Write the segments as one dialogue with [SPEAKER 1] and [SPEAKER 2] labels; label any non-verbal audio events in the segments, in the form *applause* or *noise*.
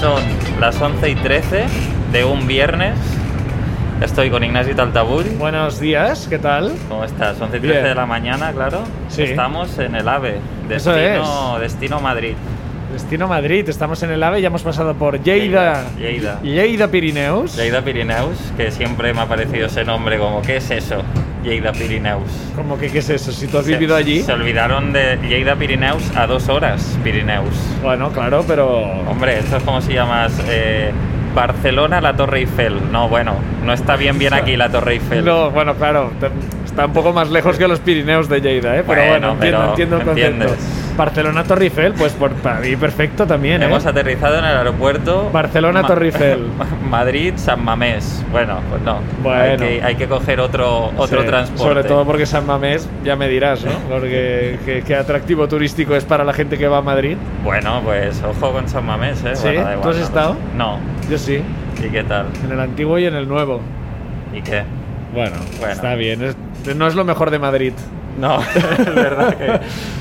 [SPEAKER 1] Son las 11 y 13 de un viernes. Estoy con Ignacio Taltabull.
[SPEAKER 2] Buenos días, ¿qué tal?
[SPEAKER 1] ¿Cómo estás? 11 y 13
[SPEAKER 2] Bien.
[SPEAKER 1] de la mañana, claro.
[SPEAKER 2] Sí.
[SPEAKER 1] Estamos en el AVE.
[SPEAKER 2] Eso
[SPEAKER 1] Destino, destino Madrid.
[SPEAKER 2] Destino Madrid, estamos en el AVE, ya hemos pasado por Lleida,
[SPEAKER 1] Lleida.
[SPEAKER 2] Lleida Pirineus.
[SPEAKER 1] Lleida Pirineus, que siempre me ha parecido ese nombre como, ¿qué es eso? Lleida Pirineus.
[SPEAKER 2] Como que, ¿qué es eso? Si tú has vivido
[SPEAKER 1] Se-
[SPEAKER 2] allí.
[SPEAKER 1] Se olvidaron de Lleida Pirineus a dos horas, Pirineus.
[SPEAKER 2] Bueno, claro, pero.
[SPEAKER 1] Hombre, esto es como si llamas eh, Barcelona la Torre Eiffel. No, bueno, no está bien bien aquí la Torre Eiffel.
[SPEAKER 2] No, bueno, claro, te- está un poco más lejos que los Pirineus de Lleida, ¿eh? Pero
[SPEAKER 1] Bueno,
[SPEAKER 2] bueno, entiendo,
[SPEAKER 1] pero
[SPEAKER 2] entiendo el concepto.
[SPEAKER 1] entiendes.
[SPEAKER 2] Barcelona Torre Eiffel, pues por, para mí perfecto también, ¿eh?
[SPEAKER 1] Hemos aterrizado en el aeropuerto.
[SPEAKER 2] Barcelona,
[SPEAKER 1] Ma-
[SPEAKER 2] Torre Eiffel.
[SPEAKER 1] *laughs* Madrid, San Mamés. Bueno, pues no.
[SPEAKER 2] Bueno.
[SPEAKER 1] Hay, que, hay que coger otro, otro
[SPEAKER 2] Sí,
[SPEAKER 1] transporte.
[SPEAKER 2] Sobre todo porque San Mamés, ya me dirás, ¿no? Porque qué, qué atractivo turístico es para la gente que va a Madrid.
[SPEAKER 1] Bueno, pues ojo con San Mamés, ¿eh?
[SPEAKER 2] ¿Sí?
[SPEAKER 1] Bueno, da
[SPEAKER 2] ¿Tú
[SPEAKER 1] igual,
[SPEAKER 2] has
[SPEAKER 1] no lo
[SPEAKER 2] estado?
[SPEAKER 1] sé. No.
[SPEAKER 2] Yo sí,
[SPEAKER 1] ¿Y qué tal?
[SPEAKER 2] en el antiguo y en el nuevo.
[SPEAKER 1] ¿Y qué?
[SPEAKER 2] Bueno,
[SPEAKER 1] Bueno.
[SPEAKER 2] está bien. es- no es lo mejor de Madrid. *laughs*
[SPEAKER 1] No, *laughs* es verdad que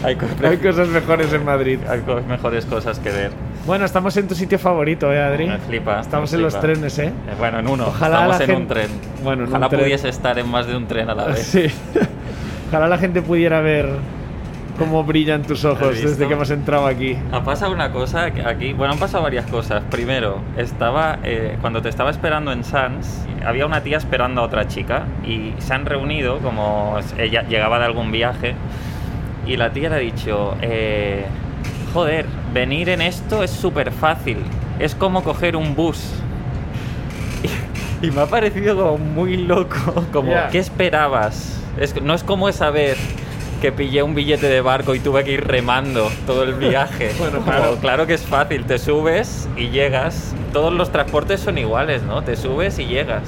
[SPEAKER 1] hay, co- *laughs*
[SPEAKER 2] Hay cosas mejores en Madrid.
[SPEAKER 1] hay co- mejores cosas que ver.
[SPEAKER 2] Bueno, estamos en tu sitio favorito, ¿eh, Adri?
[SPEAKER 1] Me flipa.
[SPEAKER 2] Estamos
[SPEAKER 1] me
[SPEAKER 2] en los
[SPEAKER 1] flipa.
[SPEAKER 2] trenes, ¿eh?
[SPEAKER 1] Eh, Bueno, en uno.
[SPEAKER 2] Ojalá
[SPEAKER 1] Estamos
[SPEAKER 2] la
[SPEAKER 1] en un
[SPEAKER 2] gente-
[SPEAKER 1] tren.
[SPEAKER 2] Bueno, en
[SPEAKER 1] Ojalá
[SPEAKER 2] un tren.
[SPEAKER 1] pudiese estar en más de un tren a
[SPEAKER 2] *laughs*
[SPEAKER 1] la vez.
[SPEAKER 2] Sí. Ojalá la gente pudiera ver cómo brillan tus
[SPEAKER 1] ¿Has
[SPEAKER 2] ojos
[SPEAKER 1] visto?
[SPEAKER 2] desde que hemos entrado aquí.
[SPEAKER 1] Ha pasado una cosa que aquí, bueno, han pasado varias cosas. Primero, estaba eh, cuando te estaba esperando en Sans, había una tía esperando a otra chica y se han reunido como ella llegaba de algún viaje y la tía le ha dicho, eh, joder, venir en esto es súper fácil, es como coger un bus. *laughs* Y, y me ha parecido como muy loco, como,
[SPEAKER 2] Ya.
[SPEAKER 1] ¿qué esperabas? Es que- no es como esa vez que pillé un billete de barco y tuve que ir remando todo el viaje. *laughs*
[SPEAKER 2] Bueno,
[SPEAKER 1] Como,
[SPEAKER 2] claro.
[SPEAKER 1] claro que es fácil, te subes y llegas. Todos los transportes son iguales, ¿no? Te subes y llegas.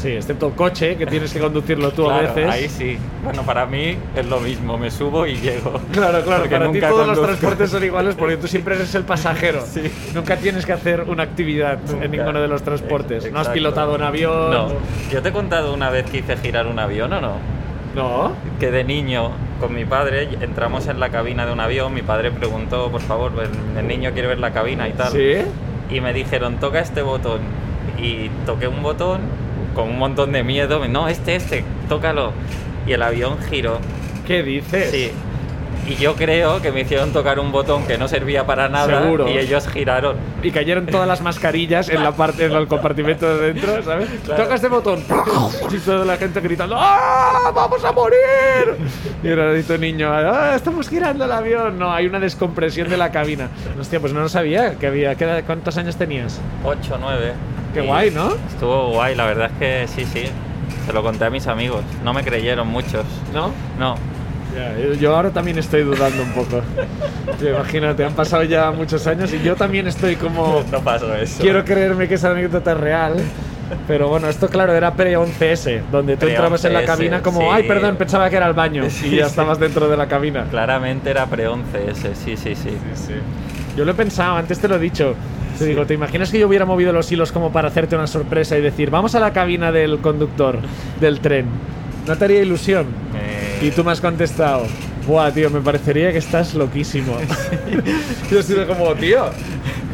[SPEAKER 2] Sí, excepto el coche, que tienes que conducirlo tú
[SPEAKER 1] Claro,
[SPEAKER 2] a veces.
[SPEAKER 1] Ahí sí. Bueno, para mí es lo mismo, me subo y llego.
[SPEAKER 2] *laughs* Claro, claro,
[SPEAKER 1] Porque
[SPEAKER 2] para ti
[SPEAKER 1] nunca
[SPEAKER 2] todos los
[SPEAKER 1] conduzco.
[SPEAKER 2] transportes son iguales porque tú siempre eres el pasajero.
[SPEAKER 1] *laughs* Sí.
[SPEAKER 2] Nunca tienes que hacer una actividad
[SPEAKER 1] Nunca.
[SPEAKER 2] en ninguno de los transportes. No has
[SPEAKER 1] Exacto.
[SPEAKER 2] pilotado un
[SPEAKER 1] *laughs*
[SPEAKER 2] avión.
[SPEAKER 1] No. Yo te he contado una vez que hice girar un avión o no.
[SPEAKER 2] No.
[SPEAKER 1] Que de niño, con mi padre, entramos en la cabina de un avión. Mi padre preguntó, por favor, el, el niño quiere ver la cabina y tal.
[SPEAKER 2] ¿Sí?
[SPEAKER 1] y me dijeron, toca este botón. Y toqué un botón con un montón de miedo. me- No, este, este, tócalo. Y el avión giró.
[SPEAKER 2] ¿Qué dices?
[SPEAKER 1] Sí. Y yo creo que me hicieron tocar un botón que no servía para nada
[SPEAKER 2] Seguro.
[SPEAKER 1] y ellos giraron.
[SPEAKER 2] Y cayeron todas las mascarillas en la parte en el compartimento de dentro, ¿sabes?
[SPEAKER 1] Claro.
[SPEAKER 2] Toca este botón. Y toda la gente gritando, ¡Ah! ¡Vamos a morir! Y ahora dice un niño, ¡Ah! ¡Estamos girando el avión! No, hay una descompresión de la cabina. Hostia, pues no lo sabía que había. ¿Qué edad- ¿Cuántos años tenías?
[SPEAKER 1] 8, 9.
[SPEAKER 2] Qué guay, ¿no?
[SPEAKER 1] Estuvo guay, la verdad es que sí, sí. Se lo conté a mis amigos. No me creyeron muchos.
[SPEAKER 2] ¿No?
[SPEAKER 1] No.
[SPEAKER 2] Ya, yo- yo ahora también estoy dudando un poco. Sí, imagínate, han pasado ya muchos años y yo también estoy como...
[SPEAKER 1] *laughs* No pasó eso.
[SPEAKER 2] Oh. Quiero creerme que esa anécdota es real. Pero bueno, esto claro era pre-11S, donde tú
[SPEAKER 1] Pre-
[SPEAKER 2] entrabas en la
[SPEAKER 1] 11S,
[SPEAKER 2] cabina como,
[SPEAKER 1] sí.
[SPEAKER 2] ay, perdón, pensaba que era el baño.
[SPEAKER 1] Sí,
[SPEAKER 2] y ya
[SPEAKER 1] sí.
[SPEAKER 2] estabas dentro de la cabina.
[SPEAKER 1] Claramente era pre-11 ese, sí, sí, sí.
[SPEAKER 2] Yo lo he pensado, antes te lo he dicho. Te digo, ¿te imaginas que yo hubiera movido los hilos como para hacerte una sorpresa y decir, vamos a la cabina del conductor del tren? ¿No te haría ilusión?
[SPEAKER 1] Eh,
[SPEAKER 2] Y tú me has contestado, buah, tío, me parecería que estás
[SPEAKER 1] *laughs*
[SPEAKER 2] loquísimo. *laughs* Yo he sido como, tío,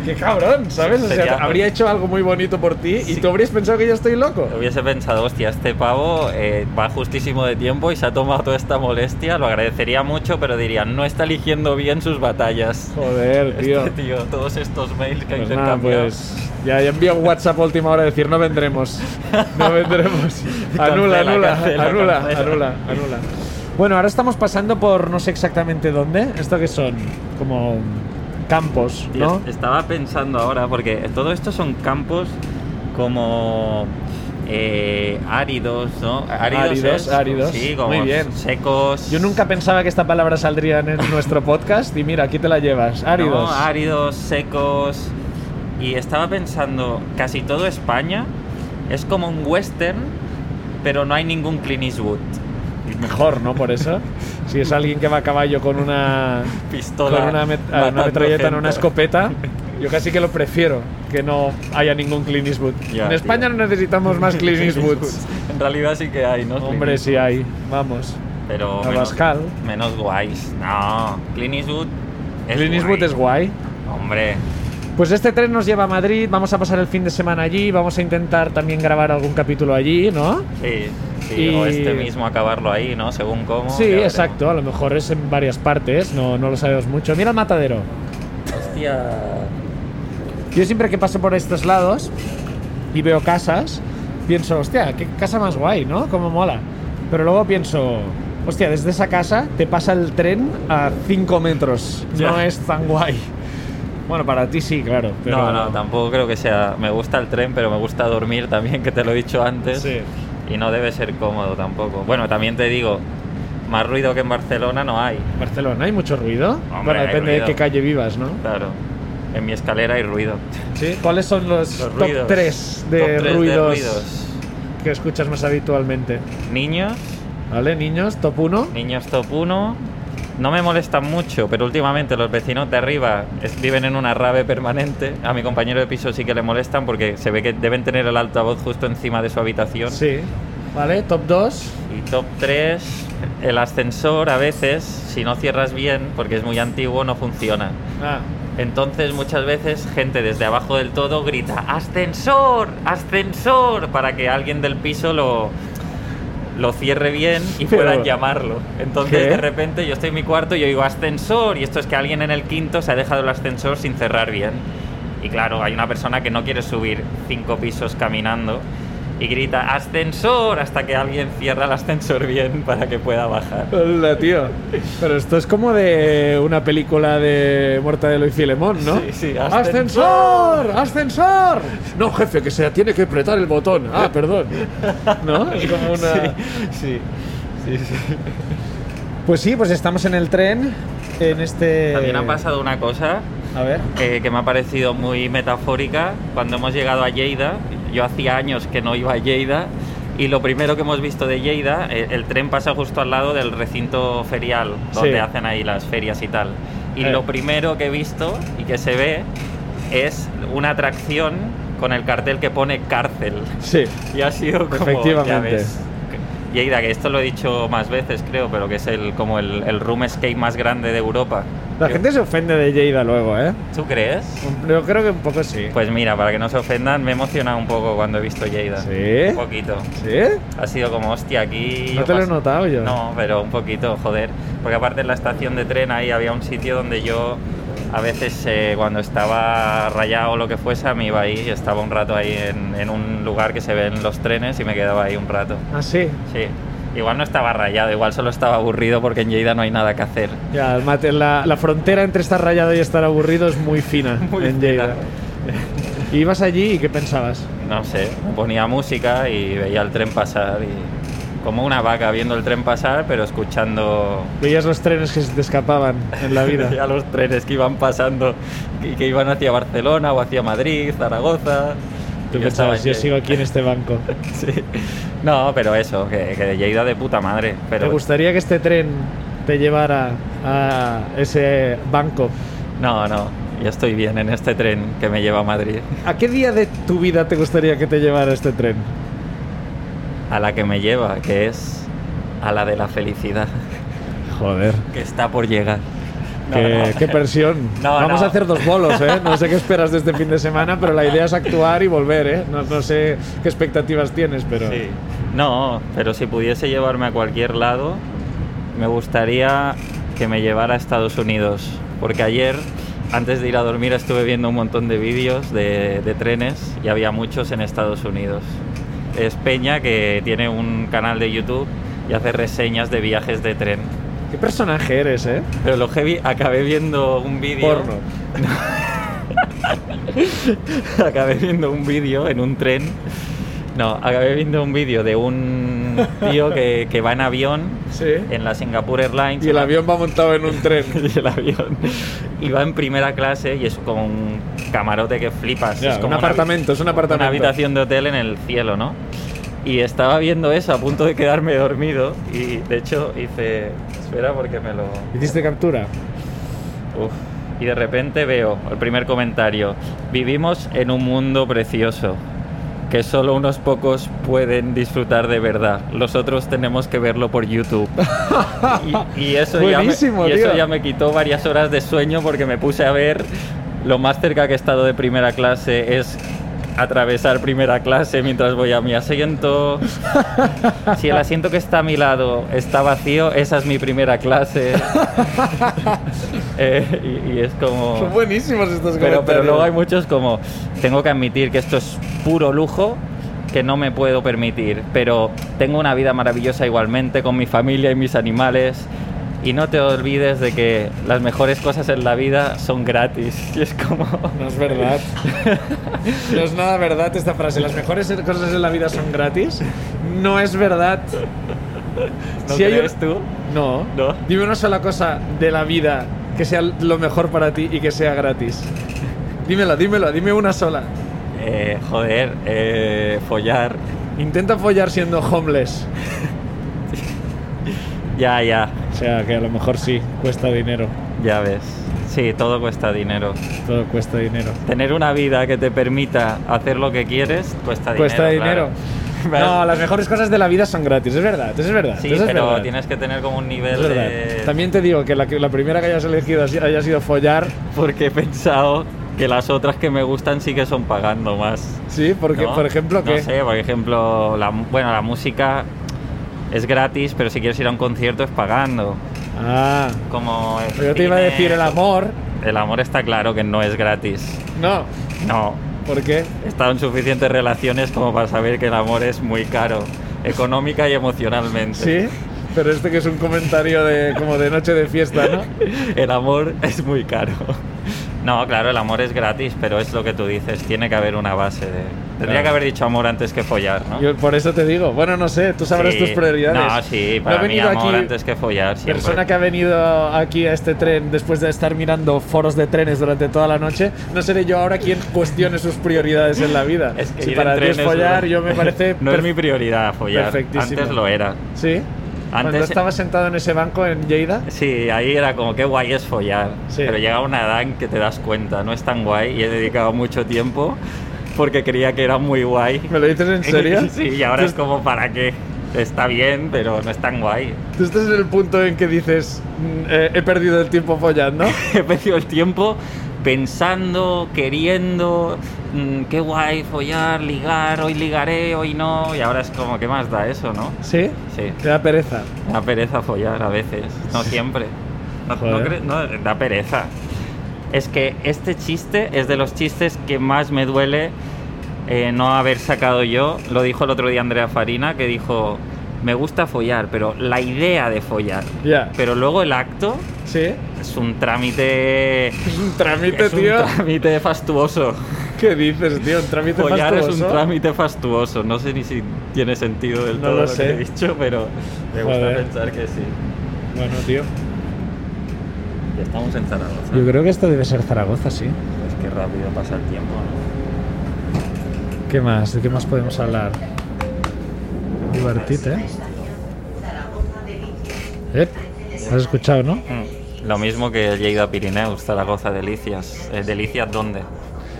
[SPEAKER 2] qué cabrón, ¿sabes? O
[SPEAKER 1] Sería-
[SPEAKER 2] sea, habría hecho algo muy bonito por ti y
[SPEAKER 1] Sí.
[SPEAKER 2] tú habrías pensado que yo estoy loco.
[SPEAKER 1] Hubiese pensado, hostia, este pavo eh, va justísimo de tiempo y se ha tomado toda esta molestia, lo agradecería mucho, pero diría, no está eligiendo bien sus batallas.
[SPEAKER 2] Joder, *laughs* tío.
[SPEAKER 1] Este *laughs* tío, todos estos mails que ha
[SPEAKER 2] Pues nada,
[SPEAKER 1] intercambiado.
[SPEAKER 2] pues ya, ya envío un WhatsApp a última hora a decir, no vendremos, no vendremos.
[SPEAKER 1] *laughs*
[SPEAKER 2] Anula,
[SPEAKER 1] Cancela,
[SPEAKER 2] anula,
[SPEAKER 1] cancela,
[SPEAKER 2] anula,
[SPEAKER 1] cancela.
[SPEAKER 2] anula, anula. Bueno, ahora estamos pasando por no sé exactamente dónde. ¿Esto que son? Como campos,
[SPEAKER 1] Tío,
[SPEAKER 2] ¿no?
[SPEAKER 1] Estaba pensando ahora, porque todo esto son campos como eh, áridos, ¿no?
[SPEAKER 2] Áridos,
[SPEAKER 1] es-
[SPEAKER 2] áridos.
[SPEAKER 1] Sí, como
[SPEAKER 2] Muy bien.
[SPEAKER 1] secos.
[SPEAKER 2] Yo nunca pensaba que esta palabra saldría en el- nuestro podcast y mira, aquí te la llevas. Áridos.
[SPEAKER 1] No, áridos, secos. Y estaba pensando, casi todo España es como un western, pero no hay ningún Clint Eastwood.
[SPEAKER 2] Mejor, ¿no? Por eso. Si es alguien que va a caballo con una,
[SPEAKER 1] Pistola.
[SPEAKER 2] con una, met- ah, una
[SPEAKER 1] matando
[SPEAKER 2] metralleta en
[SPEAKER 1] gente. *laughs*
[SPEAKER 2] una escopeta, yo casi que lo prefiero que no haya ningún Clint Eastwood.
[SPEAKER 1] Ya,
[SPEAKER 2] en España
[SPEAKER 1] tío.
[SPEAKER 2] no necesitamos más
[SPEAKER 1] *laughs*
[SPEAKER 2] Clint Eastwood.
[SPEAKER 1] En realidad sí que hay, ¿no?
[SPEAKER 2] Hombre,
[SPEAKER 1] Clint
[SPEAKER 2] sí hay. Vamos.
[SPEAKER 1] Eastwood. Pero menos,
[SPEAKER 2] Abascal.
[SPEAKER 1] menos guays. No, Clint Eastwood es
[SPEAKER 2] Clint Eastwood
[SPEAKER 1] guay.
[SPEAKER 2] es guay.
[SPEAKER 1] Hombre,
[SPEAKER 2] Pues este tren nos lleva a Madrid, vamos a pasar el fin de semana allí, vamos a intentar también grabar algún capítulo allí, ¿no?
[SPEAKER 1] sí. sí, O
[SPEAKER 2] Y-
[SPEAKER 1] este mismo acabarlo ahí, ¿no? Según cómo.
[SPEAKER 2] Sí,
[SPEAKER 1] ya veremos.
[SPEAKER 2] exacto, a lo mejor es en varias partes, no, no lo sabemos mucho. Mira el matadero.
[SPEAKER 1] Hostia.
[SPEAKER 2] Yo siempre que paso por estos lados y veo casas, pienso, hostia, qué casa más guay, ¿no? Cómo mola. Pero luego pienso, hostia, desde esa casa te pasa el tren a 5 metros.
[SPEAKER 1] Ya.
[SPEAKER 2] No es tan guay. Bueno, para ti sí, claro. Pero...
[SPEAKER 1] No, no, tampoco creo que sea. Me gusta el tren, pero me gusta dormir también, que te lo he dicho antes.
[SPEAKER 2] Sí.
[SPEAKER 1] Y no debe ser cómodo tampoco. Bueno, también te digo, más ruido que en Barcelona no hay.
[SPEAKER 2] Barcelona, ¿hay mucho ruido?
[SPEAKER 1] Hombre,
[SPEAKER 2] bueno,
[SPEAKER 1] hay
[SPEAKER 2] depende
[SPEAKER 1] ruido.
[SPEAKER 2] de qué calle vivas, ¿no?
[SPEAKER 1] Claro. En mi escalera hay ruido.
[SPEAKER 2] ¿Sí? ¿Cuáles son los,
[SPEAKER 1] Los
[SPEAKER 2] top
[SPEAKER 1] ruidos.
[SPEAKER 2] 3 de,
[SPEAKER 1] Top tres
[SPEAKER 2] ruidos
[SPEAKER 1] ruidos.
[SPEAKER 2] que escuchas más habitualmente?
[SPEAKER 1] Niños,
[SPEAKER 2] ¿Vale, niños? ¿Top 1?
[SPEAKER 1] niños top 1. No me molestan mucho, pero últimamente los vecinos de arriba es- viven en una rave permanente. A mi compañero de piso sí que le molestan porque se ve que deben tener el altavoz justo encima de su habitación.
[SPEAKER 2] Sí. ¿Vale? ¿Top 2?
[SPEAKER 1] Y top 3, el ascensor a veces, si no cierras bien, porque es muy antiguo, no funciona.
[SPEAKER 2] Ah,
[SPEAKER 1] Entonces muchas veces gente desde abajo del todo grita, ascensor, ascensor, para que alguien del piso lo, lo cierre bien y
[SPEAKER 2] Pero-
[SPEAKER 1] puedan llamarlo. Entonces
[SPEAKER 2] ¿Qué?
[SPEAKER 1] de repente yo estoy en mi cuarto y yo digo, ascensor, y esto es que alguien en el quinto se ha dejado el ascensor sin cerrar bien. Y claro, hay una persona que no quiere subir cinco pisos caminando y grita, ascensor, hasta que alguien cierra el ascensor bien para que pueda bajar.
[SPEAKER 2] Hola, tío. Pero esto es como de una película de Mortadelo y Filemón, ¿no?
[SPEAKER 1] Sí, sí, ascensor.
[SPEAKER 2] ¡Ascensor! ¡Ascensor! No, jefe, que se tiene que apretar el botón. Ah, perdón.
[SPEAKER 1] *laughs*
[SPEAKER 2] ¿No? Es como una.
[SPEAKER 1] Sí, sí, sí. sí.
[SPEAKER 2] Pues sí, pues estamos en el tren. En este.
[SPEAKER 1] También ha pasado una cosa
[SPEAKER 2] A ver.
[SPEAKER 1] eh, que me ha parecido muy metafórica. Cuando hemos llegado a Lleida, yo hacía años que no iba a Lleida, y lo primero que hemos visto de Lleida, eh, el tren pasa justo al lado del recinto ferial, donde
[SPEAKER 2] Sí.
[SPEAKER 1] hacen ahí las ferias y tal. Y
[SPEAKER 2] Eh.
[SPEAKER 1] lo primero que he visto y que se ve es una atracción con el cartel que pone cárcel.
[SPEAKER 2] Sí.
[SPEAKER 1] Y ha sido como.
[SPEAKER 2] Efectivamente.
[SPEAKER 1] ya ves, Lleida, que esto lo he dicho más veces, creo, pero que es el, como el, el room escape más grande de Europa.
[SPEAKER 2] La
[SPEAKER 1] Yo-
[SPEAKER 2] gente se ofende de Lleida luego, ¿eh?
[SPEAKER 1] ¿Tú crees?
[SPEAKER 2] Yo creo que un poco sí.
[SPEAKER 1] Pues mira, para que no se ofendan, me he emocionado un poco cuando he visto Lleida.
[SPEAKER 2] ¿Sí?
[SPEAKER 1] Un poquito.
[SPEAKER 2] ¿Sí?
[SPEAKER 1] Ha sido como, hostia, aquí...
[SPEAKER 2] No
[SPEAKER 1] yo
[SPEAKER 2] te lo he
[SPEAKER 1] paso-
[SPEAKER 2] notado yo.
[SPEAKER 1] No, pero un poquito, joder. Porque aparte en la estación de tren ahí había un sitio donde yo a veces eh, cuando estaba rayado o lo que fuese me iba ahí y estaba un rato ahí en, en un lugar que se ven los trenes y me quedaba ahí un rato.
[SPEAKER 2] Ah, sí.
[SPEAKER 1] Sí. Igual no estaba rayado, igual solo estaba aburrido porque en Lleida no hay nada que hacer.
[SPEAKER 2] Ya, el mate- la, la frontera entre estar rayado y estar aburrido es muy fina
[SPEAKER 1] *laughs* Muy
[SPEAKER 2] en
[SPEAKER 1] fina.
[SPEAKER 2] Lleida. *laughs* Y ibas allí y ¿qué pensabas?
[SPEAKER 1] no sé, ponía música y veía el tren pasar y como una vaca viendo el tren pasar, pero escuchando
[SPEAKER 2] Veías los trenes que se te escapaban en
[SPEAKER 1] *laughs*
[SPEAKER 2] la vida.
[SPEAKER 1] a los trenes que iban pasando y que iban hacia Barcelona o hacia Madrid, Zaragoza. Y
[SPEAKER 2] Tú
[SPEAKER 1] yo estaba
[SPEAKER 2] pensabas, yo
[SPEAKER 1] aquí". *laughs*
[SPEAKER 2] sigo aquí en este banco.
[SPEAKER 1] Sí. No, pero eso, que, que Lleida de puta madre. Pero
[SPEAKER 2] ¿Te gustaría que este tren te llevara a ese banco?
[SPEAKER 1] No, no, yo estoy bien en este tren que me lleva a Madrid,
[SPEAKER 2] ¿A qué día de tu vida te gustaría que te llevara este tren?
[SPEAKER 1] a la que me lleva, que es a la de la felicidad, *laughs*
[SPEAKER 2] Joder.
[SPEAKER 1] que está por llegar. No,
[SPEAKER 2] Qué,
[SPEAKER 1] no.
[SPEAKER 2] qué presión.
[SPEAKER 1] No,
[SPEAKER 2] Vamos
[SPEAKER 1] no.
[SPEAKER 2] a hacer dos bolos, ¿eh? No sé qué esperas de este fin de semana, pero la idea es actuar y volver, ¿eh? No, no sé qué expectativas tienes, pero...
[SPEAKER 1] Sí. No, pero si pudiese llevarme a cualquier lado, me gustaría que me llevara a Estados Unidos. Porque ayer, antes de ir a dormir, estuve viendo un montón de vídeos de, de trenes y había muchos en Estados Unidos. Es Peña que tiene un canal de YouTube y hace reseñas de viajes de tren.
[SPEAKER 2] Qué personaje eres, ¿eh?
[SPEAKER 1] Pero lo heavy, acabé viendo un vídeo. *laughs* acabé viendo un vídeo en un tren. No, acabé viendo un vídeo de un tío que, que va en avión
[SPEAKER 2] Sí.
[SPEAKER 1] en la Singapore Airlines.
[SPEAKER 2] Y el avión va montado en un tren.
[SPEAKER 1] *laughs* y el avión. Y va en primera clase y es como un camarote que flipas. *laughs*
[SPEAKER 2] Ya,
[SPEAKER 1] es como
[SPEAKER 2] un
[SPEAKER 1] una-
[SPEAKER 2] apartamento, es un apartamento.
[SPEAKER 1] Una habitación de hotel en el cielo, ¿no? Y estaba viendo eso a punto de quedarme dormido y de hecho hice, espera porque me lo...
[SPEAKER 2] ¿Hiciste captura?
[SPEAKER 1] Uf. Y de repente veo el primer comentario. Vivimos en un mundo precioso que solo unos pocos pueden disfrutar de verdad. Los otros tenemos que verlo por
[SPEAKER 2] *laughs*
[SPEAKER 1] YouTube. Y, y eso, ya me,
[SPEAKER 2] Buenísimo,
[SPEAKER 1] y eso
[SPEAKER 2] tío.
[SPEAKER 1] ya me quitó varias horas de sueño porque me puse a ver lo más cerca que he estado de primera clase es atravesar primera clase mientras voy a mi asiento. Si el asiento que está a mi lado está vacío, esa es mi primera
[SPEAKER 2] *laughs*
[SPEAKER 1] clase. Eh, y, y es
[SPEAKER 2] Son
[SPEAKER 1] como...
[SPEAKER 2] buenísimos estos
[SPEAKER 1] Pero,
[SPEAKER 2] comentarios.
[SPEAKER 1] pero luego hay muchos como, tengo que admitir que esto es puro lujo que no me puedo permitir, pero tengo una vida maravillosa igualmente con mi familia y mis animales. Y no te olvides de que las mejores cosas en la vida son gratis. *laughs* Y es
[SPEAKER 2] *laughs*
[SPEAKER 1] como...
[SPEAKER 2] No
[SPEAKER 1] *laughs*
[SPEAKER 2] es verdad. No es nada verdad esta frase. Las mejores cosas en la vida son gratis. No es verdad.
[SPEAKER 1] ¿No
[SPEAKER 2] Si hay
[SPEAKER 1] crees
[SPEAKER 2] un-
[SPEAKER 1] tú?
[SPEAKER 2] No.
[SPEAKER 1] No.
[SPEAKER 2] Dime una sola cosa de la vida que sea lo mejor para ti y que sea gratis. Dímela, dímela, dime una sola.
[SPEAKER 1] Eh, joder, eh, follar.
[SPEAKER 2] Intenta follar siendo homeless.
[SPEAKER 1] Ya, ya,
[SPEAKER 2] O sea, que a lo mejor sí, cuesta dinero.
[SPEAKER 1] ya ves. Sí, todo cuesta dinero.
[SPEAKER 2] Todo cuesta dinero.
[SPEAKER 1] Tener una vida que te permita hacer lo que quieres cuesta dinero.
[SPEAKER 2] Cuesta dinero.
[SPEAKER 1] *laughs* claro.
[SPEAKER 2] No, las mejores cosas de la vida son gratis, es verdad, es verdad.
[SPEAKER 1] Sí,
[SPEAKER 2] eso es
[SPEAKER 1] pero
[SPEAKER 2] verdad.
[SPEAKER 1] tienes que tener como un
[SPEAKER 2] Es
[SPEAKER 1] nivel
[SPEAKER 2] verdad.
[SPEAKER 1] de...
[SPEAKER 2] También te digo que la, que la primera que hayas elegido así- haya sido follar.
[SPEAKER 1] Porque he pensado que las otras que me gustan sí que son pagando más.
[SPEAKER 2] Sí, porque,
[SPEAKER 1] ¿no?
[SPEAKER 2] por ejemplo, que.
[SPEAKER 1] No sé, por ejemplo, la, mu- bueno, la música es gratis, pero si quieres ir a un concierto es pagando.
[SPEAKER 2] Ah,
[SPEAKER 1] Como el
[SPEAKER 2] yo te iba a
[SPEAKER 1] cine,
[SPEAKER 2] decir el amor.
[SPEAKER 1] El amor está claro que no es gratis.
[SPEAKER 2] No,
[SPEAKER 1] No,
[SPEAKER 2] ¿por qué?
[SPEAKER 1] he estado en suficientes relaciones como para saber que el amor es muy caro, económica y emocionalmente.
[SPEAKER 2] Sí, pero este que es un comentario de como de noche de fiesta, ¿no?
[SPEAKER 1] El amor es muy caro. No, claro, el amor es gratis, pero es lo que tú dices, tiene que haber una base de... Tendría
[SPEAKER 2] Claro.
[SPEAKER 1] que haber dicho amor antes que follar, ¿no?
[SPEAKER 2] Yo por eso te digo. Bueno, no sé, tú sabrás
[SPEAKER 1] Sí.
[SPEAKER 2] tus prioridades.
[SPEAKER 1] No, sí,
[SPEAKER 2] No
[SPEAKER 1] para
[SPEAKER 2] ha
[SPEAKER 1] mí
[SPEAKER 2] venido
[SPEAKER 1] amor
[SPEAKER 2] aquí
[SPEAKER 1] antes que follar siempre.
[SPEAKER 2] persona que ha venido aquí a este tren después de estar mirando foros de trenes durante toda la noche, no seré yo ahora quien cuestione sus prioridades en la vida.
[SPEAKER 1] *laughs* Es que
[SPEAKER 2] si
[SPEAKER 1] ir
[SPEAKER 2] para
[SPEAKER 1] en
[SPEAKER 2] ti es
[SPEAKER 1] tren es
[SPEAKER 2] follar,
[SPEAKER 1] una-
[SPEAKER 2] yo me parece...
[SPEAKER 1] *laughs* no
[SPEAKER 2] perf-
[SPEAKER 1] es mi prioridad follar.
[SPEAKER 2] perfectísimo.
[SPEAKER 1] Antes lo era.
[SPEAKER 2] ¿Sí? Cuando
[SPEAKER 1] Antes-
[SPEAKER 2] estaba sentado en ese banco en Lleida,
[SPEAKER 1] Sí, ahí era como qué guay es follar.
[SPEAKER 2] Sí.
[SPEAKER 1] Pero llega una edad en que te das cuenta, no es tan guay y he dedicado mucho tiempo porque creía que era muy guay.
[SPEAKER 2] ¿me lo
[SPEAKER 1] *laughs*
[SPEAKER 2] dices en serio?
[SPEAKER 1] sí, y ahora
[SPEAKER 2] Tú
[SPEAKER 1] es como para qué. Está bien, pero no es tan guay. *laughs*
[SPEAKER 2] Tú estás en el punto en que dices, mm, eh, he perdido el tiempo
[SPEAKER 1] *laughs*
[SPEAKER 2] follando.
[SPEAKER 1] He perdido el tiempo pensando, queriendo, mm, qué guay follar, ligar, hoy ligaré, hoy no, y ahora es como, ¿qué más da eso, no?
[SPEAKER 2] ¿Sí?
[SPEAKER 1] Sí,
[SPEAKER 2] Te da pereza.
[SPEAKER 1] da pereza follar a veces, no siempre. No, no
[SPEAKER 2] Joder.
[SPEAKER 1] cre- no, da pereza. Es que este chiste es de los chistes que más me duele eh, no haber sacado yo. Lo dijo el otro día Andrea Farina, que dijo, me gusta follar, pero la idea de follar.
[SPEAKER 2] Ya.
[SPEAKER 1] Pero luego el acto
[SPEAKER 2] ¿Sí?
[SPEAKER 1] es un trámite
[SPEAKER 2] Es un trámite,
[SPEAKER 1] es un
[SPEAKER 2] tío.
[SPEAKER 1] trámite fastuoso.
[SPEAKER 2] *laughs* ¿Qué dices, tío? ¿Un trámite
[SPEAKER 1] Follar es un
[SPEAKER 2] fastuoso?
[SPEAKER 1] trámite fastuoso. No sé ni si tiene sentido del
[SPEAKER 2] No
[SPEAKER 1] todo
[SPEAKER 2] lo
[SPEAKER 1] lo,
[SPEAKER 2] sé.
[SPEAKER 1] que he dicho, pero me gusta
[SPEAKER 2] Joder.
[SPEAKER 1] pensar que sí.
[SPEAKER 2] Bueno, tío.
[SPEAKER 1] Ya estamos en Zaragoza.
[SPEAKER 2] Yo creo que esto debe ser Zaragoza, sí.
[SPEAKER 1] Es que rápido pasa el tiempo. ¿no?
[SPEAKER 2] ¿Qué más? ¿De qué más podemos hablar? Divertite. ¿Eh? ¿Has escuchado, no?
[SPEAKER 1] Mm. Lo mismo que Lleida Pirineus, Zaragoza, Delicias. Eh, ¿Delicias dónde?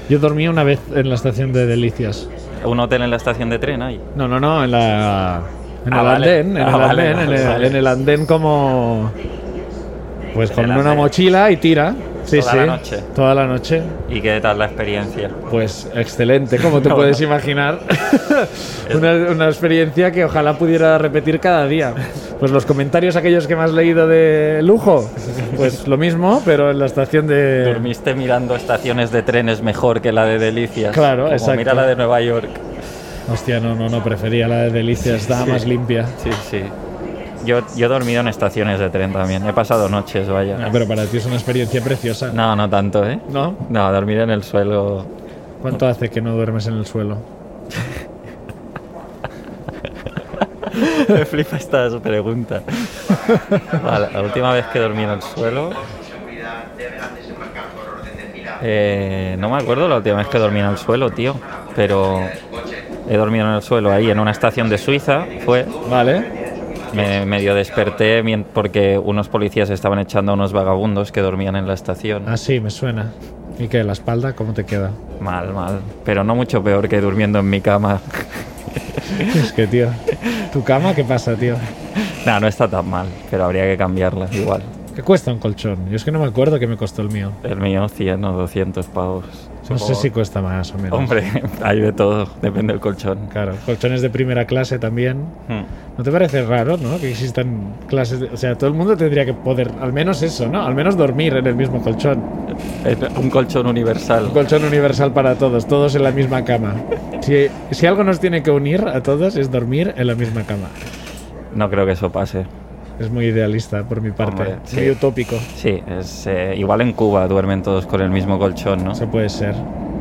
[SPEAKER 2] Yo dormí una vez en la estación de Delicias.
[SPEAKER 1] ¿Un hotel en la estación de tren hay?
[SPEAKER 2] No, no, no, en la. En
[SPEAKER 1] Ah,
[SPEAKER 2] el
[SPEAKER 1] vale.
[SPEAKER 2] andén, en
[SPEAKER 1] Ah,
[SPEAKER 2] el
[SPEAKER 1] vale,
[SPEAKER 2] andén,
[SPEAKER 1] vale,
[SPEAKER 2] en, el,
[SPEAKER 1] vale.
[SPEAKER 2] en el andén como. Pues con
[SPEAKER 1] En el
[SPEAKER 2] una
[SPEAKER 1] andén.
[SPEAKER 2] mochila y tira. Sí,
[SPEAKER 1] Toda
[SPEAKER 2] sí.
[SPEAKER 1] la noche.
[SPEAKER 2] Toda la noche.
[SPEAKER 1] ¿Y qué tal la experiencia?
[SPEAKER 2] Pues excelente, como te
[SPEAKER 1] *laughs* No,
[SPEAKER 2] puedes
[SPEAKER 1] no.
[SPEAKER 2] imaginar. una, una experiencia que ojalá pudiera repetir cada día. Pues los comentarios aquellos que me has leído de lujo, pues lo mismo, pero en la estación de...
[SPEAKER 1] ¿Dormiste mirando estaciones de trenes mejor que la de Delicias?
[SPEAKER 2] Claro,
[SPEAKER 1] Como
[SPEAKER 2] exacto.
[SPEAKER 1] Mira la de Nueva York.
[SPEAKER 2] Hostia, no, no, no, prefería la de Delicias, estaba más limpia.
[SPEAKER 1] Sí, sí. yo, yo he dormido en estaciones de tren también. He pasado noches,
[SPEAKER 2] Ah,
[SPEAKER 1] vaya.
[SPEAKER 2] pero para ti es una experiencia preciosa.
[SPEAKER 1] No, no tanto, ¿eh?
[SPEAKER 2] ¿No?
[SPEAKER 1] No, dormir en el suelo. *laughs*
[SPEAKER 2] ¿Cuánto hace que no duermes en el suelo?
[SPEAKER 1] Me flipa estas
[SPEAKER 2] *laughs*
[SPEAKER 1] preguntas. Vale, la última vez que dormí en el suelo. Eh, no me acuerdo la última vez que dormí en el suelo, tío. Pero he dormido en el suelo ahí, en una estación de Suiza. Fue.
[SPEAKER 2] Vale.
[SPEAKER 1] Me medio desperté mien- porque unos policías estaban echando a unos vagabundos que dormían en la estación.
[SPEAKER 2] Ah, sí, me suena. ¿Y qué? ¿La espalda? ¿Cómo te queda?
[SPEAKER 1] Mal, mal. Pero no mucho peor que durmiendo en mi cama. *laughs*
[SPEAKER 2] Es que, tío. ¿Tu cama qué pasa, tío?
[SPEAKER 1] no, no está tan mal, pero habría que cambiarla igual.
[SPEAKER 2] ¿Qué cuesta un colchón? Yo es que no me acuerdo qué me costó el mío.
[SPEAKER 1] El mío 100 o 200 pavos.
[SPEAKER 2] No sé
[SPEAKER 1] Supongo.
[SPEAKER 2] si cuesta más o menos.
[SPEAKER 1] Hombre, *laughs* hay de todo, depende del colchón.
[SPEAKER 2] Claro, colchones de primera clase también.
[SPEAKER 1] Hmm.
[SPEAKER 2] ¿No te parece raro, no? Que existan clases de... O sea, todo el mundo tendría que poder, al menos eso, ¿no? Al menos dormir en el mismo colchón.
[SPEAKER 1] Es un colchón universal.
[SPEAKER 2] Un colchón universal para todos, todos en la misma cama. Si, si algo nos tiene que unir a todos es dormir en la misma cama.
[SPEAKER 1] No creo que eso pase.
[SPEAKER 2] Es muy idealista por mi parte,
[SPEAKER 1] Hombre,
[SPEAKER 2] es
[SPEAKER 1] sí.
[SPEAKER 2] muy utópico.
[SPEAKER 1] Sí, es eh, igual en Cuba duermen todos con el mismo colchón, ¿no?
[SPEAKER 2] Eso puede ser.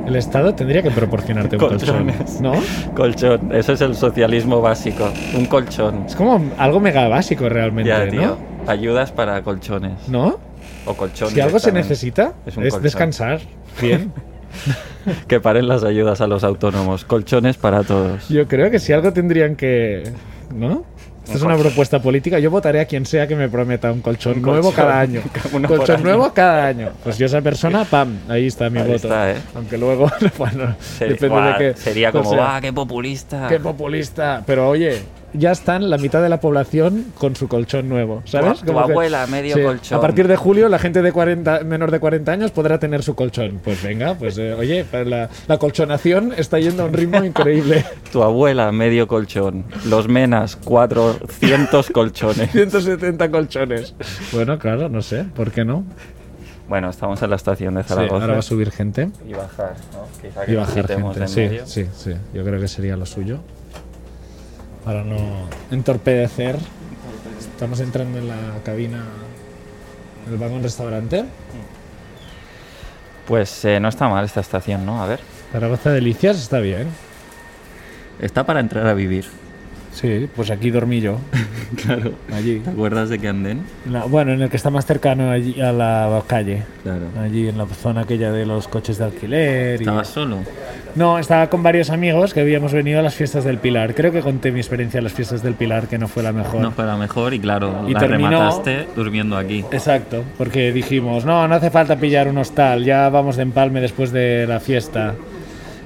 [SPEAKER 2] El Estado tendría que
[SPEAKER 1] *laughs*
[SPEAKER 2] proporcionarte un colchón,
[SPEAKER 1] Colchones.
[SPEAKER 2] ¿no?
[SPEAKER 1] Colchón, eso es el socialismo básico. Un colchón.
[SPEAKER 2] Es como algo mega básico realmente,
[SPEAKER 1] Ya, tío.
[SPEAKER 2] ¿no?
[SPEAKER 1] Ayudas para colchones.
[SPEAKER 2] ¿No?
[SPEAKER 1] O colchones.
[SPEAKER 2] Si algo se necesita
[SPEAKER 1] Es
[SPEAKER 2] es,
[SPEAKER 1] un colchón. *laughs*
[SPEAKER 2] descansar bien.
[SPEAKER 1] Que paren las ayudas a los autónomos. Colchones para todos.
[SPEAKER 2] Yo creo que si algo tendrían que... ¿No? Esta es una propuesta política. Yo votaré a quien sea que me prometa un colchón,
[SPEAKER 1] Un
[SPEAKER 2] nuevo
[SPEAKER 1] colchón. *laughs*
[SPEAKER 2] cada año. Un
[SPEAKER 1] Uno
[SPEAKER 2] colchón
[SPEAKER 1] por
[SPEAKER 2] nuevo
[SPEAKER 1] año.
[SPEAKER 2] cada año. Pues yo esa persona, pam, ahí está mi
[SPEAKER 1] Ahí
[SPEAKER 2] voto.
[SPEAKER 1] está, ¿eh?
[SPEAKER 2] Aunque luego, *laughs* bueno,
[SPEAKER 1] Sería-
[SPEAKER 2] depende
[SPEAKER 1] Buah,
[SPEAKER 2] de qué.
[SPEAKER 1] Sería como,
[SPEAKER 2] o sea,
[SPEAKER 1] "Ah, qué populista.
[SPEAKER 2] qué populista. Pero oye, ya están la mitad de la población con su colchón nuevo, ¿sabes?
[SPEAKER 1] Tu- tu abuela, medio colchón.
[SPEAKER 2] A partir de julio, la gente de 40, menor de 40 años podrá tener su colchón. Pues venga, pues eh, oye, para la, la colchonación está yendo a
[SPEAKER 1] *laughs*
[SPEAKER 2] un ritmo increíble.
[SPEAKER 1] Tu abuela, medio colchón. Los menas, 400 colchones.
[SPEAKER 2] *laughs* 170 colchones. Bueno, claro, no sé, ¿por qué no?
[SPEAKER 1] Bueno, estamos en la estación de
[SPEAKER 2] Sí, ahora va
[SPEAKER 1] Zaragoza.
[SPEAKER 2] a subir gente
[SPEAKER 1] y bajar, ¿no? Quizá que
[SPEAKER 2] y bajar
[SPEAKER 1] quitemos
[SPEAKER 2] gente.
[SPEAKER 1] en
[SPEAKER 2] Sí,
[SPEAKER 1] medio.
[SPEAKER 2] sí, sí, yo creo que sería lo suyo. Para no entorpecer. Estamos entrando en la cabina del vagón restaurante.
[SPEAKER 1] Pues eh, no está mal esta estación, ¿no? A ver.
[SPEAKER 2] Zaragoza Delicias está bien.
[SPEAKER 1] Está para entrar a vivir.
[SPEAKER 2] Sí, pues aquí dormí *laughs* yo.
[SPEAKER 1] Claro.
[SPEAKER 2] Allí.
[SPEAKER 1] ¿Te acuerdas de que andén?
[SPEAKER 2] La- bueno, en el que está más cercano allí a la calle.
[SPEAKER 1] Claro.
[SPEAKER 2] Allí en la zona aquella de los coches de alquiler. y-
[SPEAKER 1] ¿Estabas solo?
[SPEAKER 2] No, estaba con varios amigos que habíamos venido a las fiestas del Pilar. Creo que conté mi experiencia en las fiestas del Pilar, que no fue la mejor.
[SPEAKER 1] No fue la mejor y claro,
[SPEAKER 2] Y
[SPEAKER 1] la
[SPEAKER 2] terminó-
[SPEAKER 1] remataste durmiendo aquí.
[SPEAKER 2] Exacto, porque dijimos, no, no hace falta pillar un hostal, ya vamos de empalme después de la fiesta.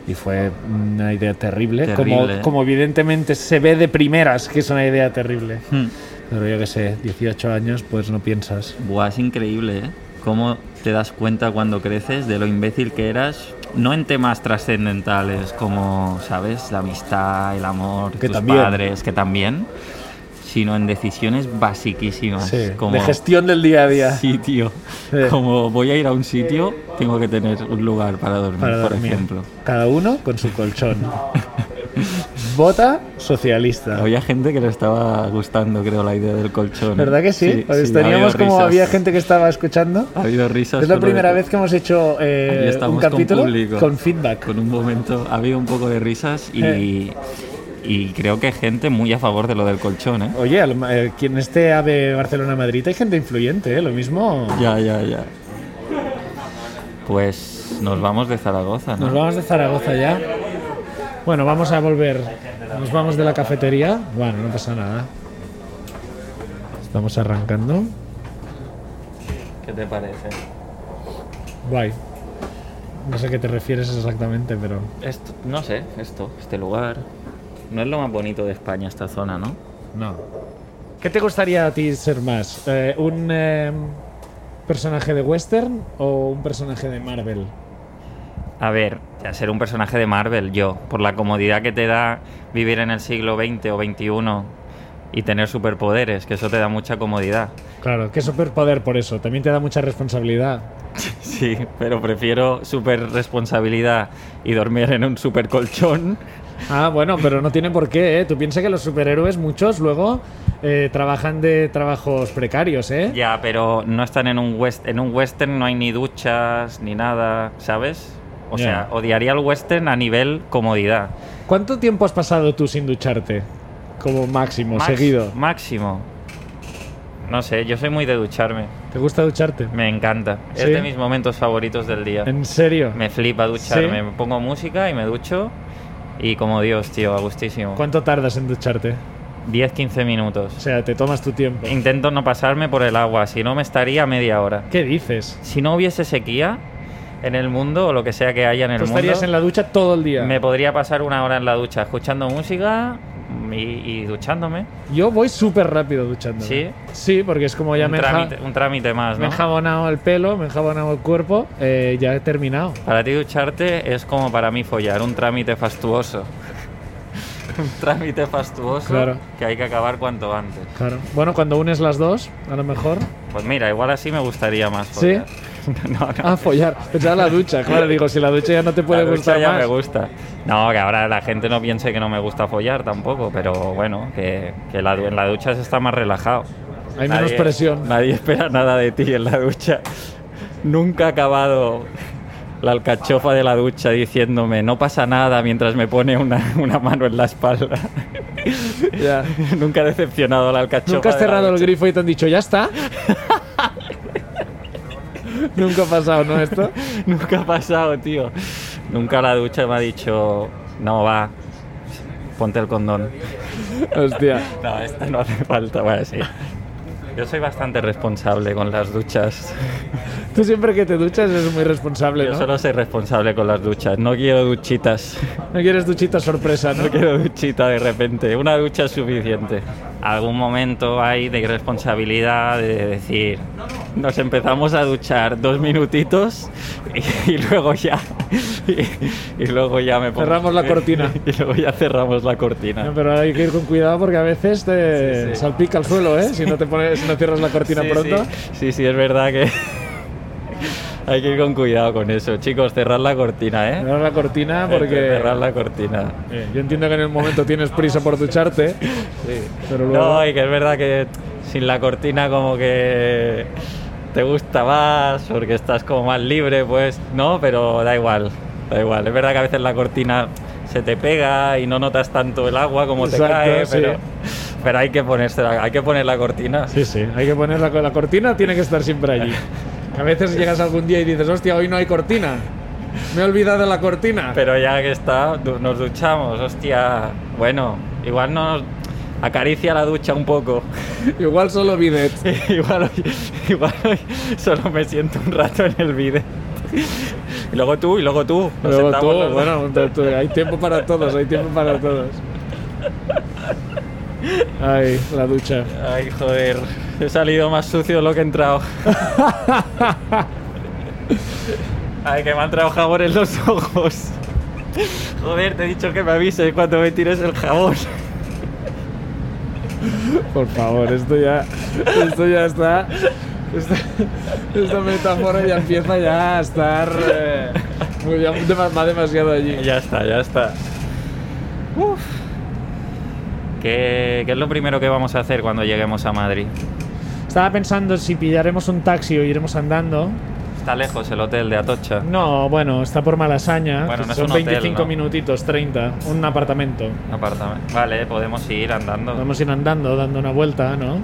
[SPEAKER 2] Y fue una idea terrible,
[SPEAKER 1] Terrible. ¿eh?
[SPEAKER 2] Como, como evidentemente se ve de primeras que es una idea terrible.
[SPEAKER 1] Hmm.
[SPEAKER 2] Pero yo que sé, 18 años, pues no piensas.
[SPEAKER 1] Buah, es increíble, ¿eh? Cómo te das cuenta cuando creces de lo imbécil que eras, no en temas trascendentales como, ¿sabes? La amistad, el amor,
[SPEAKER 2] Que
[SPEAKER 1] tus
[SPEAKER 2] también.
[SPEAKER 1] padres, que también, sino en decisiones basiquísimas. como...
[SPEAKER 2] De gestión del día a día.
[SPEAKER 1] Sí, tío.
[SPEAKER 2] Sí.
[SPEAKER 1] Como voy a ir a un sitio, tengo que tener un lugar para dormir,
[SPEAKER 2] para
[SPEAKER 1] por
[SPEAKER 2] dormir.
[SPEAKER 1] ejemplo.
[SPEAKER 2] Cada uno con su
[SPEAKER 1] *laughs*
[SPEAKER 2] colchón. Vota socialista.
[SPEAKER 1] Había gente que le estaba gustando, creo, la idea del colchón.
[SPEAKER 2] ¿Verdad que sí? Pues
[SPEAKER 1] sí, ha
[SPEAKER 2] teníamos
[SPEAKER 1] habido
[SPEAKER 2] como
[SPEAKER 1] risas.
[SPEAKER 2] había gente que estaba escuchando.
[SPEAKER 1] Ha habido risas.
[SPEAKER 2] Es la
[SPEAKER 1] con lo
[SPEAKER 2] primera
[SPEAKER 1] de-
[SPEAKER 2] vez que hemos hecho eh,
[SPEAKER 1] Ahí estamos
[SPEAKER 2] un capítulo
[SPEAKER 1] con público.
[SPEAKER 2] con, feedback.
[SPEAKER 1] Con un momento, ha habido un poco de risas y,
[SPEAKER 2] Eh.
[SPEAKER 1] y creo que gente muy a favor de lo del colchón, ¿eh?
[SPEAKER 2] Oye, al- eh, quien esté AVE Barcelona-Madrid hay gente influyente, ¿eh? Lo mismo...
[SPEAKER 1] Ya, ya, ya. Pues nos vamos de Zaragoza, ¿no?
[SPEAKER 2] Nos vamos de Zaragoza ya. Bueno, vamos a volver. Nos vamos de la cafetería. Bueno, no pasa nada. Estamos arrancando.
[SPEAKER 1] ¿Qué te parece?
[SPEAKER 2] Guay. No sé a qué te refieres exactamente, pero...
[SPEAKER 1] Esto, no sé, esto, este lugar. No es lo más bonito de España esta zona, ¿no?
[SPEAKER 2] No. ¿Qué te gustaría a ti ser más? Eh, ¿Un eh, personaje de western o un personaje de Marvel?
[SPEAKER 1] A ver, a ser un personaje de Marvel, yo, por la comodidad que te da vivir en el siglo XX o XXI y tener superpoderes, que eso te da mucha comodidad. *laughs*
[SPEAKER 2] Claro, qué superpoder por eso. También te da mucha responsabilidad.
[SPEAKER 1] Sí, pero prefiero super responsabilidad y dormir en un super colchón
[SPEAKER 2] Ah, bueno, pero no tiene por qué, ¿eh? Tú piensas que los superhéroes, muchos luego eh, trabajan de trabajos precarios, ¿eh?
[SPEAKER 1] *laughs* Ya, pero no están en un west en un western no hay ni duchas ni nada, ¿sabes? O
[SPEAKER 2] Ya.
[SPEAKER 1] sea, odiaría el western a nivel comodidad.
[SPEAKER 2] ¿Cuánto tiempo has pasado tú sin ducharte? Como máximo,
[SPEAKER 1] Max-
[SPEAKER 2] seguido.
[SPEAKER 1] Máximo. No sé, yo soy muy de ducharme.
[SPEAKER 2] ¿Te gusta ducharte?
[SPEAKER 1] Me encanta. Es
[SPEAKER 2] ¿Sí?
[SPEAKER 1] de mis momentos favoritos del día.
[SPEAKER 2] ¿En serio?
[SPEAKER 1] Me flipa ducharme.
[SPEAKER 2] ¿Sí?
[SPEAKER 1] Me pongo música y me ducho. Y como Dios, tío, a gustísimo.
[SPEAKER 2] ¿Cuánto tardas en ducharte?
[SPEAKER 1] 10-15 minutos.
[SPEAKER 2] O sea, te tomas tu tiempo.
[SPEAKER 1] Intento no pasarme por el agua, si no me estaría media hora.
[SPEAKER 2] ¿Qué dices?
[SPEAKER 1] Si no hubiese sequía en el mundo o lo que sea que haya en el
[SPEAKER 2] Tú estarías
[SPEAKER 1] mundo,
[SPEAKER 2] en la ducha todo el día.
[SPEAKER 1] me podría pasar una hora en la ducha escuchando música y, y duchándome.
[SPEAKER 2] Yo voy súper rápido duchándome.
[SPEAKER 1] ¿Sí?
[SPEAKER 2] Sí, porque es como ya
[SPEAKER 1] un,
[SPEAKER 2] me, he enja-
[SPEAKER 1] trámite, un trámite más,
[SPEAKER 2] me he
[SPEAKER 1] ¿no?
[SPEAKER 2] enjabonado el pelo, me he enjabonado el cuerpo, eh, ya he terminado.
[SPEAKER 1] Para ti ducharte es como para mí follar, un trámite fastuoso. *laughs* un trámite fastuoso
[SPEAKER 2] Claro.
[SPEAKER 1] que hay que acabar cuanto antes.
[SPEAKER 2] Claro. Bueno, cuando unes las dos, a
[SPEAKER 1] *laughs*
[SPEAKER 2] lo mejor.
[SPEAKER 1] Pues mira, igual así me gustaría más
[SPEAKER 2] ¿Sí?
[SPEAKER 1] follar. *laughs* no, no.
[SPEAKER 2] Ah, follar. Pensaba la ducha, claro. Digo, si la ducha ya no te puede
[SPEAKER 1] La ducha
[SPEAKER 2] gustar
[SPEAKER 1] ya
[SPEAKER 2] más.
[SPEAKER 1] me gusta. No, que ahora la gente no piense que no me gusta follar tampoco, pero bueno, que, que la du- en la ducha se está más relajado.
[SPEAKER 2] Hay menos presión.
[SPEAKER 1] Nadie espera nada de ti en la ducha. Nunca ha acabado la alcachofa de la ducha diciéndome no pasa nada mientras me pone una, *laughs* una mano en la espalda. *laughs*
[SPEAKER 2] Ya.
[SPEAKER 1] Nunca ha decepcionado a la alcachofa.
[SPEAKER 2] Nunca has
[SPEAKER 1] de la
[SPEAKER 2] cerrado el
[SPEAKER 1] ducha.
[SPEAKER 2] grifo y te han dicho, ya está.
[SPEAKER 1] *laughs*
[SPEAKER 2] Nunca ha pasado, ¿no? Esto.
[SPEAKER 1] *laughs* Nunca ha pasado, tío. Nunca la ducha me ha dicho no va, ponte el condón.
[SPEAKER 2] Hostia.
[SPEAKER 1] No, esta no hace falta, bueno, sí. Yo soy bastante responsable con las duchas.
[SPEAKER 2] Tú siempre que te duchas eres muy responsable,
[SPEAKER 1] Yo
[SPEAKER 2] ¿no?
[SPEAKER 1] solo soy responsable con las duchas. No quiero duchitas.
[SPEAKER 2] No quieres duchita
[SPEAKER 1] *laughs*
[SPEAKER 2] sorpresa, ¿no?
[SPEAKER 1] No quiero duchita de repente. Una ducha es suficiente. Algún momento hay de irresponsabilidad de decir, nos empezamos a duchar dos minutitos y, y luego ya. *laughs* Y, y luego ya me pongo-
[SPEAKER 2] Cerramos la cortina.
[SPEAKER 1] *laughs* Y luego ya cerramos la cortina.
[SPEAKER 2] *laughs* No, pero hay que ir con cuidado porque a veces te
[SPEAKER 1] Sí, sí.
[SPEAKER 2] salpica el suelo, ¿eh? Si no te pones, si no cierras la cortina
[SPEAKER 1] Sí,
[SPEAKER 2] pronto.
[SPEAKER 1] Sí. sí, sí, es verdad que *laughs* hay que ir con cuidado con eso. Chicos, cerrar la cortina, ¿eh?
[SPEAKER 2] Cerrar la cortina Ah, porque
[SPEAKER 1] Cerrar la cortina.
[SPEAKER 2] eh, yo entiendo que en el momento tienes prisa por ducharte, pero luego
[SPEAKER 1] No, y que es verdad que sin la cortina como que te gusta más porque estás como más libre, pues no, pero da igual, da igual. Es verdad que a veces la cortina se te pega y no notas tanto el agua como
[SPEAKER 2] Exacto,
[SPEAKER 1] te cae,
[SPEAKER 2] sí.
[SPEAKER 1] pero, pero hay que ponerse, hay que poner la cortina.
[SPEAKER 2] sí, sí, hay que poner la, la cortina, tiene que estar
[SPEAKER 1] *laughs*
[SPEAKER 2] siempre allí. A veces llegas algún día y dices, hostia, hoy no hay cortina. Me he olvidado de la cortina.
[SPEAKER 1] Pero ya que está, du- nos duchamos, hostia. Bueno, igual nos acaricia la ducha un poco.
[SPEAKER 2] Igual solo bidet.
[SPEAKER 1] *laughs* igual, hoy, igual hoy solo me siento un rato en el vídeo. Y luego tú, y luego tú. Nos
[SPEAKER 2] Luego
[SPEAKER 1] sentamos
[SPEAKER 2] tú,
[SPEAKER 1] los dos.
[SPEAKER 2] bueno, tú- tú- hay tiempo para todos, hay tiempo para todos.
[SPEAKER 1] *laughs*
[SPEAKER 2] Ay, la ducha.
[SPEAKER 1] Ay, joder. He salido más sucio de lo que he entrado. *laughs* Ay, que me han traído jabón en los ojos. Joder, te he dicho que me avises cuando me tires el jabón.
[SPEAKER 2] Por favor, esto ya, esto ya está. Esta, esta metáfora ya empieza ya a estar. eh, muy, ya dem- va demasiado allí.
[SPEAKER 1] *laughs* Ya está, ya está. ¿Qué, qué es lo primero que vamos a hacer cuando lleguemos a Madrid?
[SPEAKER 2] Estaba pensando si pillaremos un taxi o iremos andando.
[SPEAKER 1] Está lejos el hotel de Atocha.
[SPEAKER 2] No, bueno, está por Malasaña.
[SPEAKER 1] Bueno,
[SPEAKER 2] que
[SPEAKER 1] no es
[SPEAKER 2] son
[SPEAKER 1] un hotel,
[SPEAKER 2] 25
[SPEAKER 1] ¿no?
[SPEAKER 2] minutitos, 30. Un apartamento.
[SPEAKER 1] Apartamento. Vale, podemos ir andando.
[SPEAKER 2] Vamos a ir andando, dando una vuelta, ¿no?
[SPEAKER 1] Mm.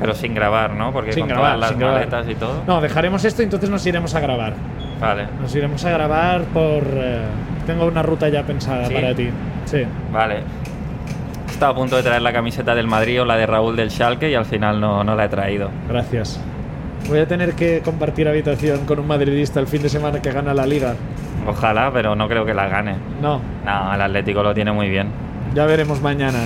[SPEAKER 1] Pero sin grabar, ¿no? Porque
[SPEAKER 2] Sin
[SPEAKER 1] con
[SPEAKER 2] grabar,
[SPEAKER 1] todas las
[SPEAKER 2] sin grabar.
[SPEAKER 1] maletas y todo.
[SPEAKER 2] No, dejaremos esto y entonces nos iremos a grabar.
[SPEAKER 1] Vale,
[SPEAKER 2] Nos iremos a grabar por. eh, tengo una ruta ya pensada
[SPEAKER 1] ¿Sí?
[SPEAKER 2] para ti. Sí.
[SPEAKER 1] vale. Estaba a punto de traer la camiseta del Madrid o la de Raúl del Schalke y al final no, no la he traído.
[SPEAKER 2] Gracias. Voy a tener que compartir habitación con un madridista el fin de semana que gana la liga.
[SPEAKER 1] Ojalá, pero no creo que la gane.
[SPEAKER 2] No,
[SPEAKER 1] No, el Atlético lo tiene muy bien.
[SPEAKER 2] ya veremos mañana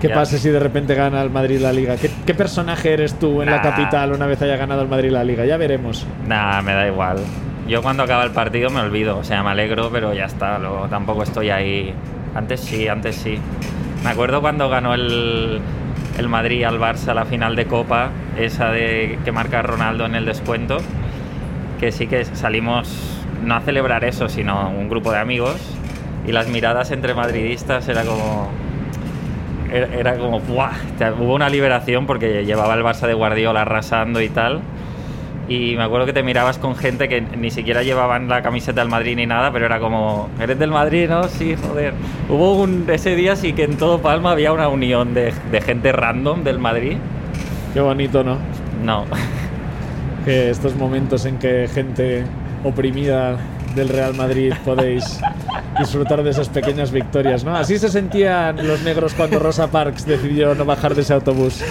[SPEAKER 2] qué
[SPEAKER 1] Ya.
[SPEAKER 2] pasa si de repente gana el Madrid la liga. ¿Qué, qué personaje eres tú en la
[SPEAKER 1] Nah.
[SPEAKER 2] capital una vez haya ganado el Madrid la liga? Ya veremos.
[SPEAKER 1] Nah, me da igual. Yo cuando acaba el partido me olvido, o sea, me alegro, pero ya está, luego tampoco estoy ahí. Antes sí, antes sí. Me acuerdo cuando ganó el, el Madrid al Barça la final de Copa, esa de que marca Ronaldo en el descuento, que sí que salimos no a celebrar eso, sino un grupo de amigos y las miradas entre madridistas era como era, era como ¡buah! O sea, hubo una liberación porque llevaba el Barça de Guardiola arrasando y tal y me acuerdo que te mirabas con gente que ni siquiera llevaban la camiseta del Madrid ni nada, pero era como, ¿eres del Madrid? No, sí, joder. Hubo un, ese día sí que en todo Palma había una unión de, de gente random del Madrid.
[SPEAKER 2] Qué bonito, ¿no?
[SPEAKER 1] No, *laughs*
[SPEAKER 2] Que estos momentos en que gente oprimida del Real Madrid podéis disfrutar de esas pequeñas victorias, ¿no? Así se sentían los negros cuando Rosa Parks decidió no bajar de ese autobús.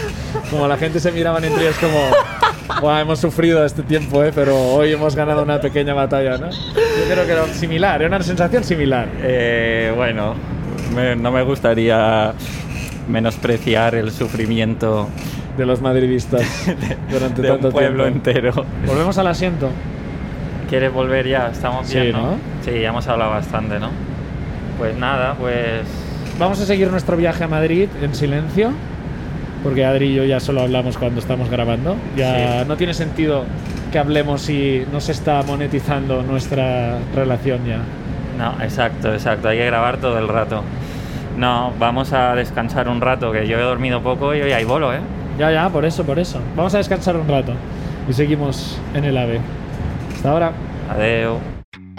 [SPEAKER 2] Como la gente se miraban entre ellos como, "Buah, hemos sufrido este tiempo, ¿eh? pero hoy hemos ganado una pequeña batalla, ¿no? Yo creo que era similar, era una sensación similar.
[SPEAKER 1] Eh, bueno, me- no me gustaría menospreciar el sufrimiento
[SPEAKER 2] de los madridistas
[SPEAKER 1] *laughs*
[SPEAKER 2] durante
[SPEAKER 1] de
[SPEAKER 2] tanto
[SPEAKER 1] un pueblo
[SPEAKER 2] tiempo.
[SPEAKER 1] entero. *laughs*
[SPEAKER 2] Volvemos al asiento.
[SPEAKER 1] ¿Quieres volver ya? Estamos bien,
[SPEAKER 2] Sí,
[SPEAKER 1] ¿no?
[SPEAKER 2] ¿no?
[SPEAKER 1] Sí, ya hemos hablado bastante, ¿no? Pues nada, pues...
[SPEAKER 2] Vamos a seguir nuestro viaje a Madrid en silencio, porque Adri y yo ya solo hablamos cuando estamos grabando. Ya
[SPEAKER 1] Sí.
[SPEAKER 2] no tiene sentido que hablemos si no se está monetizando nuestra relación ya.
[SPEAKER 1] No, exacto, exacto. Hay que grabar todo el rato. No, vamos a descansar un rato, que yo he dormido poco y hoy hay bolo, ¿eh?
[SPEAKER 2] Ya, ya, por eso, por eso. Vamos a descansar un rato y seguimos en el AVE. Hasta ahora.
[SPEAKER 1] Adeu.